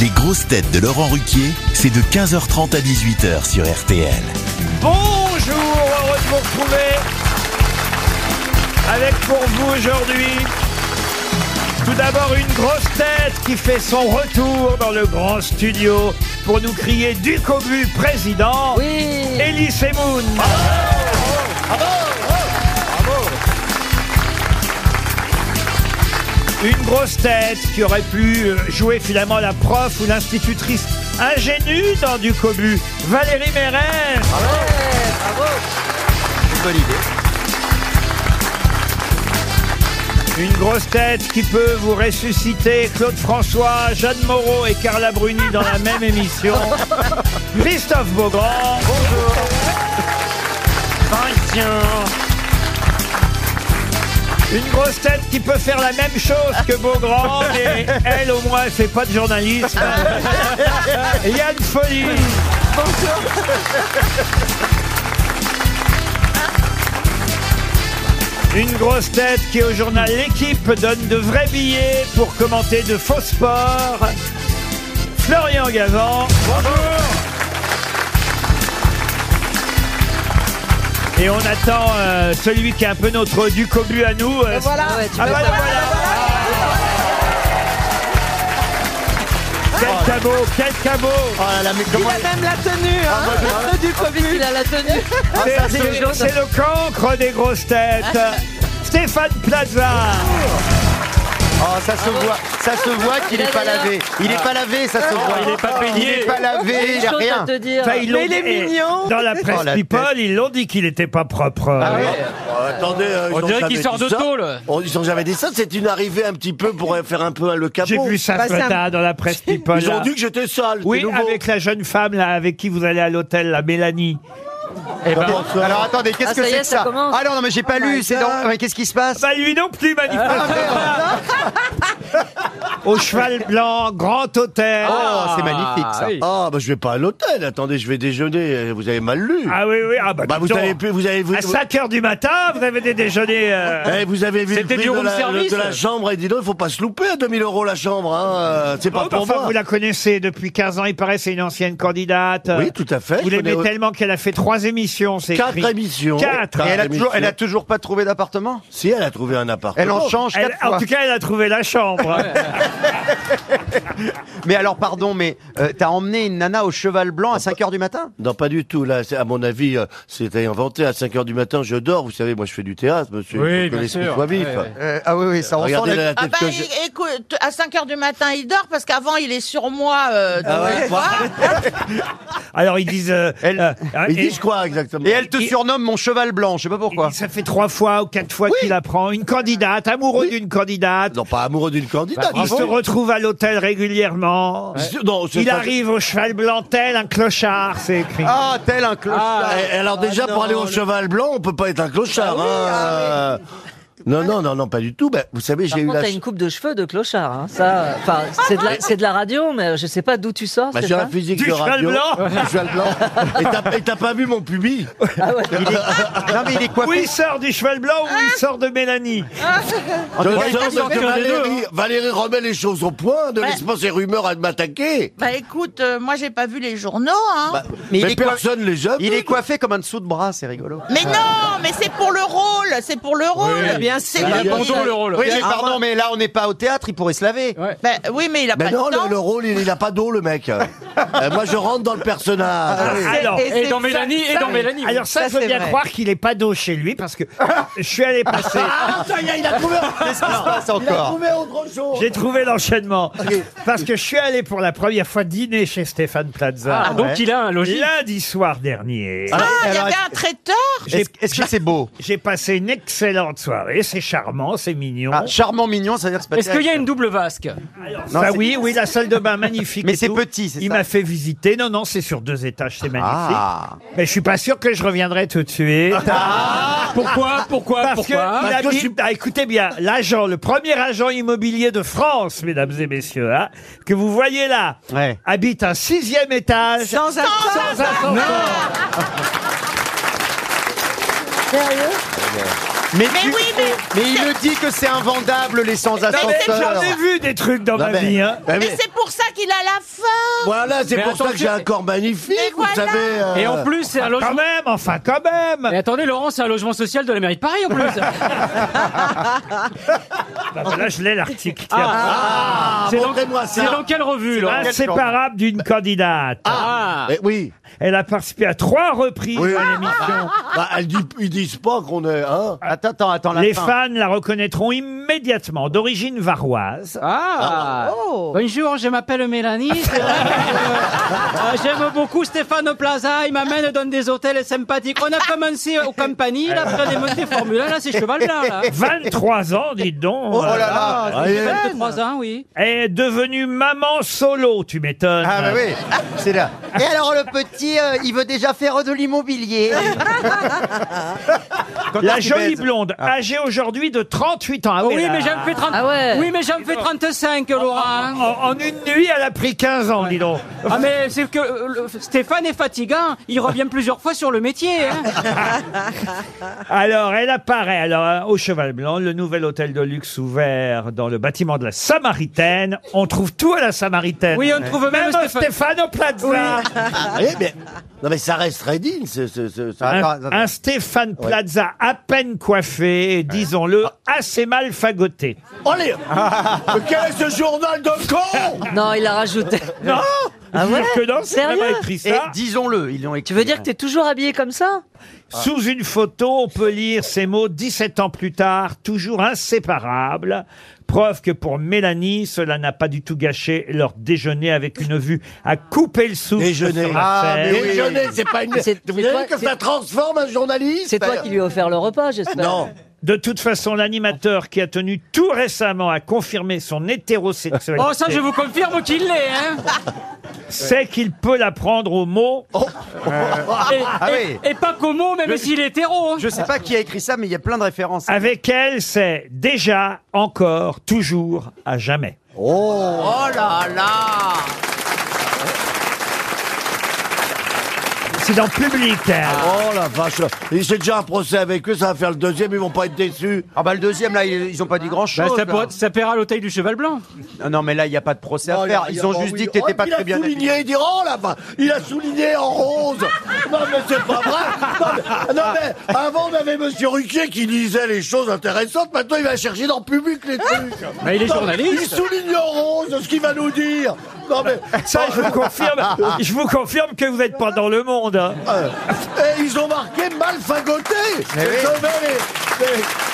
Les grosses têtes de Laurent Ruquier, c'est de 15h30 à 18h sur RTL. Bonjour, heureux de vous retrouver avec pour vous aujourd'hui tout d'abord une grosse tête qui fait son retour dans le grand studio pour nous crier du cobu président, Elie Semoun. Une grosse tête qui aurait pu euh, jouer finalement la prof ou l'institutrice ingénue dans du cobu, Valérie Mérès. Une grosse tête qui peut vous ressusciter Claude François, Jeanne Moreau et Carla Bruni dans la même émission. Christophe Beaugrand. Bonjour. Une grosse tête qui peut faire la même chose que Beaugrand, mais elle au moins elle fait pas de journalisme. Yann Folie. Une grosse tête qui au journal L'équipe donne de vrais billets pour commenter de faux sports. Florian Gavant. Bonjour. Et on attend euh, celui qui est un peu notre Ducobu à nous. euh, Voilà. Ah voilà, voilà. Quel cabot, quel Ah, cabot il a même la tenue, Ah, hein Le du Covid. Il a la tenue. C'est- c'est c'est- jaune. C'est le cancre des grosses têtes Stéphane Plaza Oh, ça se voit, ça se voit qu'il Il a est pas d'ailleurs- lavé. Il est pas lavé, ça se voit. Il est pas Il peigné est pas lavé, il a rien. te dire. Enfin, ils l'ont Mais il est dit- et mignon. Dans la presse Oh, la People, ils l'ont dit qu'il n'était pas propre. Ah Attendez, euh, ils On ont dirait jamais qu'il sort dit de ça. tôle. On- Ils ont jamais dit ça, c'est une arrivée un petit peu pour faire un peu un le J'ai capot. vu ça Bah, ce c'est un- matin dans la presse People. Ils là. ont dit que j'étais sale. c'est Oui, nouveau. avec la jeune femme là, avec qui vous allez à l'hôtel, la Mélanie. Eh ben, Alors attendez, qu'est-ce Ah, que ça y c'est est, que ça ça commence. Ah non, non, mais j'ai pas lu. C'est dans. Mais qu'est-ce qui se passe Bah lui non plus, manifestement. Au cheval blanc, grand hôtel. Oh, c'est magnifique ça. Ah, bah je vais pas à l'hôtel. Attendez, je vais déjeuner. Vous avez mal lu. Ah oui, oui, ah bah, bah dis vous donc. avez pu, vous avez vu. À 5 heures du matin, vous avez des déjeuners. euh, Eh, vous avez vu le C'était prix du de room la, le- service. de la chambre et dis donc, il faut pas se louper à 2000 euros la chambre. Hein. euh, C'est pas bon, bah, pour enfin, moi. vous la connaissez depuis 15 ans, il paraît, c'est une ancienne candidate. Oui, tout à fait. Vous je l'aimez connais- euh, tellement qu'elle a fait trois émissions, c'est Quatre écrit. émissions. Quatre. Et Quatre elle a toujours, elle a émissions. toujours pas trouvé d'appartement. Si elle a trouvé un appartement. Elle en change Oh, Elle- quatre en fois. tout cas, elle a trouvé la chambre. Mais alors, pardon, mais euh, t'as emmené une nana au cheval blanc à 5 h du matin Non, pas du tout. Là, c'est- à mon avis, euh, c'était inventé. À 5 heures du matin, je dors. Vous savez, moi, je fais du théâtre, monsieur. Oui, Il faut que bien l'esprit sûr. soit vif. Ouais, ouais. Euh, Ah oui, oui, ça ressent Regardez la... la Ah tête bah que j'ai. é- écoute, à 5h du matin il dort parce qu'avant il est sur moi. euh, donc, tu vois. Alors ils disent. euh, Elle- euh, euh, Ils et- disent quoi exactement Et elle te Et- surnomme mon cheval blanc, je sais pas pourquoi. Ça fait trois fois ou quatre fois qu'il apprend. Une candidate, amoureux d'une candidate. Non, Ah, pas amoureux d'une candidate. il se retrouve à l'hôtel régulièrement. Non, c'est Il pas- arrive au cheval blanc tel un clochard, c'est écrit. Ah, tel un clochard. Eh, Alors déjà, pour aller au cheval blanc, on peut pas être un clochard. hein. Non, non, non, non, pas du tout. Ben, vous savez, j'ai Par eu contre, la. t'as ch- Ah, une coupe de cheveux de clochard, hein, ça. Enfin, c'est de, la- c'est de la radio, mais je sais pas d'où tu sors. Bah, c'est sur ça la physique Du de cheval radio. blanc Du cheval blanc. Et t'as- Et t'as pas vu mon pubis Non, mais il est coiffé. Où il sort du cheval blanc ou Ah. il sort de Mélanie Je il sens était parce que Valérie, Valérie remet les choses au point. Ne Ouais. laisse pas ces rumeurs à m'attaquer. Bah écoute, euh, moi j'ai pas vu les journaux. Hein. Bah, Mais il Mais est coiffé- personne les a. Il est coiffé comme un dessous de bras, c'est rigolo. mais non, mais c'est pour le rôle, c'est pour le rôle. bien Eh C'est sûr. que- Il Bah, a bien bon dos, le rôle. Oui, mais pardon, mais là, on n'est pas au théâtre, il pourrait se laver. Bah oui, mais il a pas Mais non, de temps. le, le rôle, il, il a pas d'eau, le mec. Euh, moi, je rentre dans le personnage. Alors, Et dans c'est- Mélanie, et dans Mélanie. alors ça, Ça, je veux c'est bien vrai. croire qu'il est pas d'eau chez lui parce que je suis allé passer. Qu'est-ce qui se passe encore J'ai trouvé l'enchaînement. Parce que je suis allé pour la première fois dîner chez Stéphane Plaza. Ah, donc il a un logis. Lundi soir dernier, Ah, il y Alors, avait un traiteur. Est-ce est-ce que c'est beau j'ai passé une excellente soirée. C'est charmant, c'est mignon. Ah, Charmant, mignon, ça veut dire que c'est pas Est-ce qu'il y a terrible. une double vasque Non, ça, c'est- Bah oui, oui, la salle de bain magnifique. Mais et c'est tout. petit, c'est Il ça m'a fait visiter. Non, non, c'est sur deux étages, c'est magnifique. Ah. Mais je suis pas sûr que je reviendrai tout de suite. Pourquoi Pourquoi Parce que il Pourquoi Parce que habite- je suis- Ah, écoutez bien, l'agent, le premier agent immobilier de France, mesdames et messieurs, hein, que vous voyez là, Ouais. habite un sixième étage. Sans un sans ascenseur. Mais, Mais tu- oui, mais- mais il le dit que c'est invendable les Mais sans-ascenseurs. J'en ai vu des trucs dans Non, ma mais- vie. hein. mais- Mais c'est pour ça qu'il a la faim. Voilà, c'est Mais pour ça que attention- j'ai un corps magnifique, Mais vous voilà. savez. euh, Et en plus, c'est un Quand logement. même, enfin, quand même. Mais attendez, Laurent, c'est un logement social de la mairie de Paris en plus. Bah, voilà, je l'ai l'article. tiens. Ah, C'est dans, montrez-moi c'est ça. dans quelle revue, Laurent Inséparable d'une candidate. Ah, Eh oui. Elle a participé à trois reprises Oui. Ah, à l'émission. Bah, elles dit- ils disent pas qu'on est. Hein Attends, attends, attends, la Les fin. fans la reconnaîtront immédiatement. D'origine varoise, Ah. Bonjour, je m'appelle Mélanie. C'est vrai que, euh, J'aime beaucoup Stéphane Plaza. Il m'amène dans des hôtels sympathiques. On a commencé aux compagnies, là, après des montées Formule 1, là, c'est cheval blanc, là. 23 ans, dites donc. Oh là là Ah, J'ai et- 23 ans, oui. est devenue maman solo, tu m'étonnes. Ah bah oui, c'est là. Et alors le petit, euh, il veut déjà faire de l'immobilier. La jolie blonde, Ah. âgée aujourd'hui de 38 ans. Ah Oh, oui, là. mais j'en fais 30... Ah ouais. Oui, mais j'en fais 35, Laurent. En, en une nuit, elle a pris 15 ans, dis donc. Ah mais c'est que euh, le- Stéphane est fatigant, il revient plusieurs fois sur le métier. hein. Alors, elle apparaît alors hein, au Cheval Blanc, le nouvel hôtel de luxe ouvert dans le bâtiment de la Samaritaine. On trouve tout à la Samaritaine. Oui, on trouve Même même Stéphane. Stéphano Plaza. Eh, mais- non, mais ça reste très digne, ce. ce- ce- ce- Un, Attends, attends. un Stéphane Plaza à peine coiffé, et, disons-le, Ah. assez mal fagoté. Allez Mais quel est ce journal de con Non, il a rajouté. Non Je Ah vous jure ouais que non, c'est Sérieux vraiment écrit Et ça. disons-le, ils l'ont écrit. Tu veux dire que t'es toujours habillé comme ça Sous une photo, on peut lire ces mots 17 ans plus tard, toujours inséparables. Preuve que pour Mélanie, cela n'a pas du tout gâché leur déjeuner avec une vue à couper le souffle Déjeuner. sur la Ah, scène. mais oui. Déjeuner, c'est pas une. C'est- Vous c'est avez toi- vu que c'est- ça transforme un journaliste Ben, C'est toi qui lui as offert le repas, j'espère. Bah, Non. De toute façon, l'animateur qui a tenu tout récemment à confirmer son hétérosexualité Oh ça je vous confirme qu'il l'est. Hein. sait qu'il peut la prendre au mot. Et, Ah et- oui. et pas qu'au mot, même s'il est hétéro. hein. Je sais pas qui a écrit ça, mais il y a plein de références. Avec elle, c'est déjà, encore, toujours, à jamais. Oh là là. C'est dans Public. hein. Oh la vache Et c'est déjà un procès avec eux, ça va faire le deuxième, ils vont pas être déçus. Ah bah le deuxième là, ils, ils ont pas dit grand Bah, chose. paiera l'hôtel du cheval blanc. Non mais là, il n'y a pas Oh, de procès Oh, à faire. Ils ont juste dit que t'étais pas très bien. Il a souligné, il dit oh là bas Il a souligné en rose Non mais c'est pas vrai non mais, non, mais avant on avait Monsieur Ruquier qui disait les choses intéressantes, maintenant il va chercher dans le public les trucs Mais il est Non, journaliste. Il souligne en rose ce qu'il va nous dire Non mais... Ça, je vous confirme, je vous confirme que vous n'êtes pas dans le monde. hein. euh, et ils ont marqué mal fagoté Mais Et oui. je vais les- les-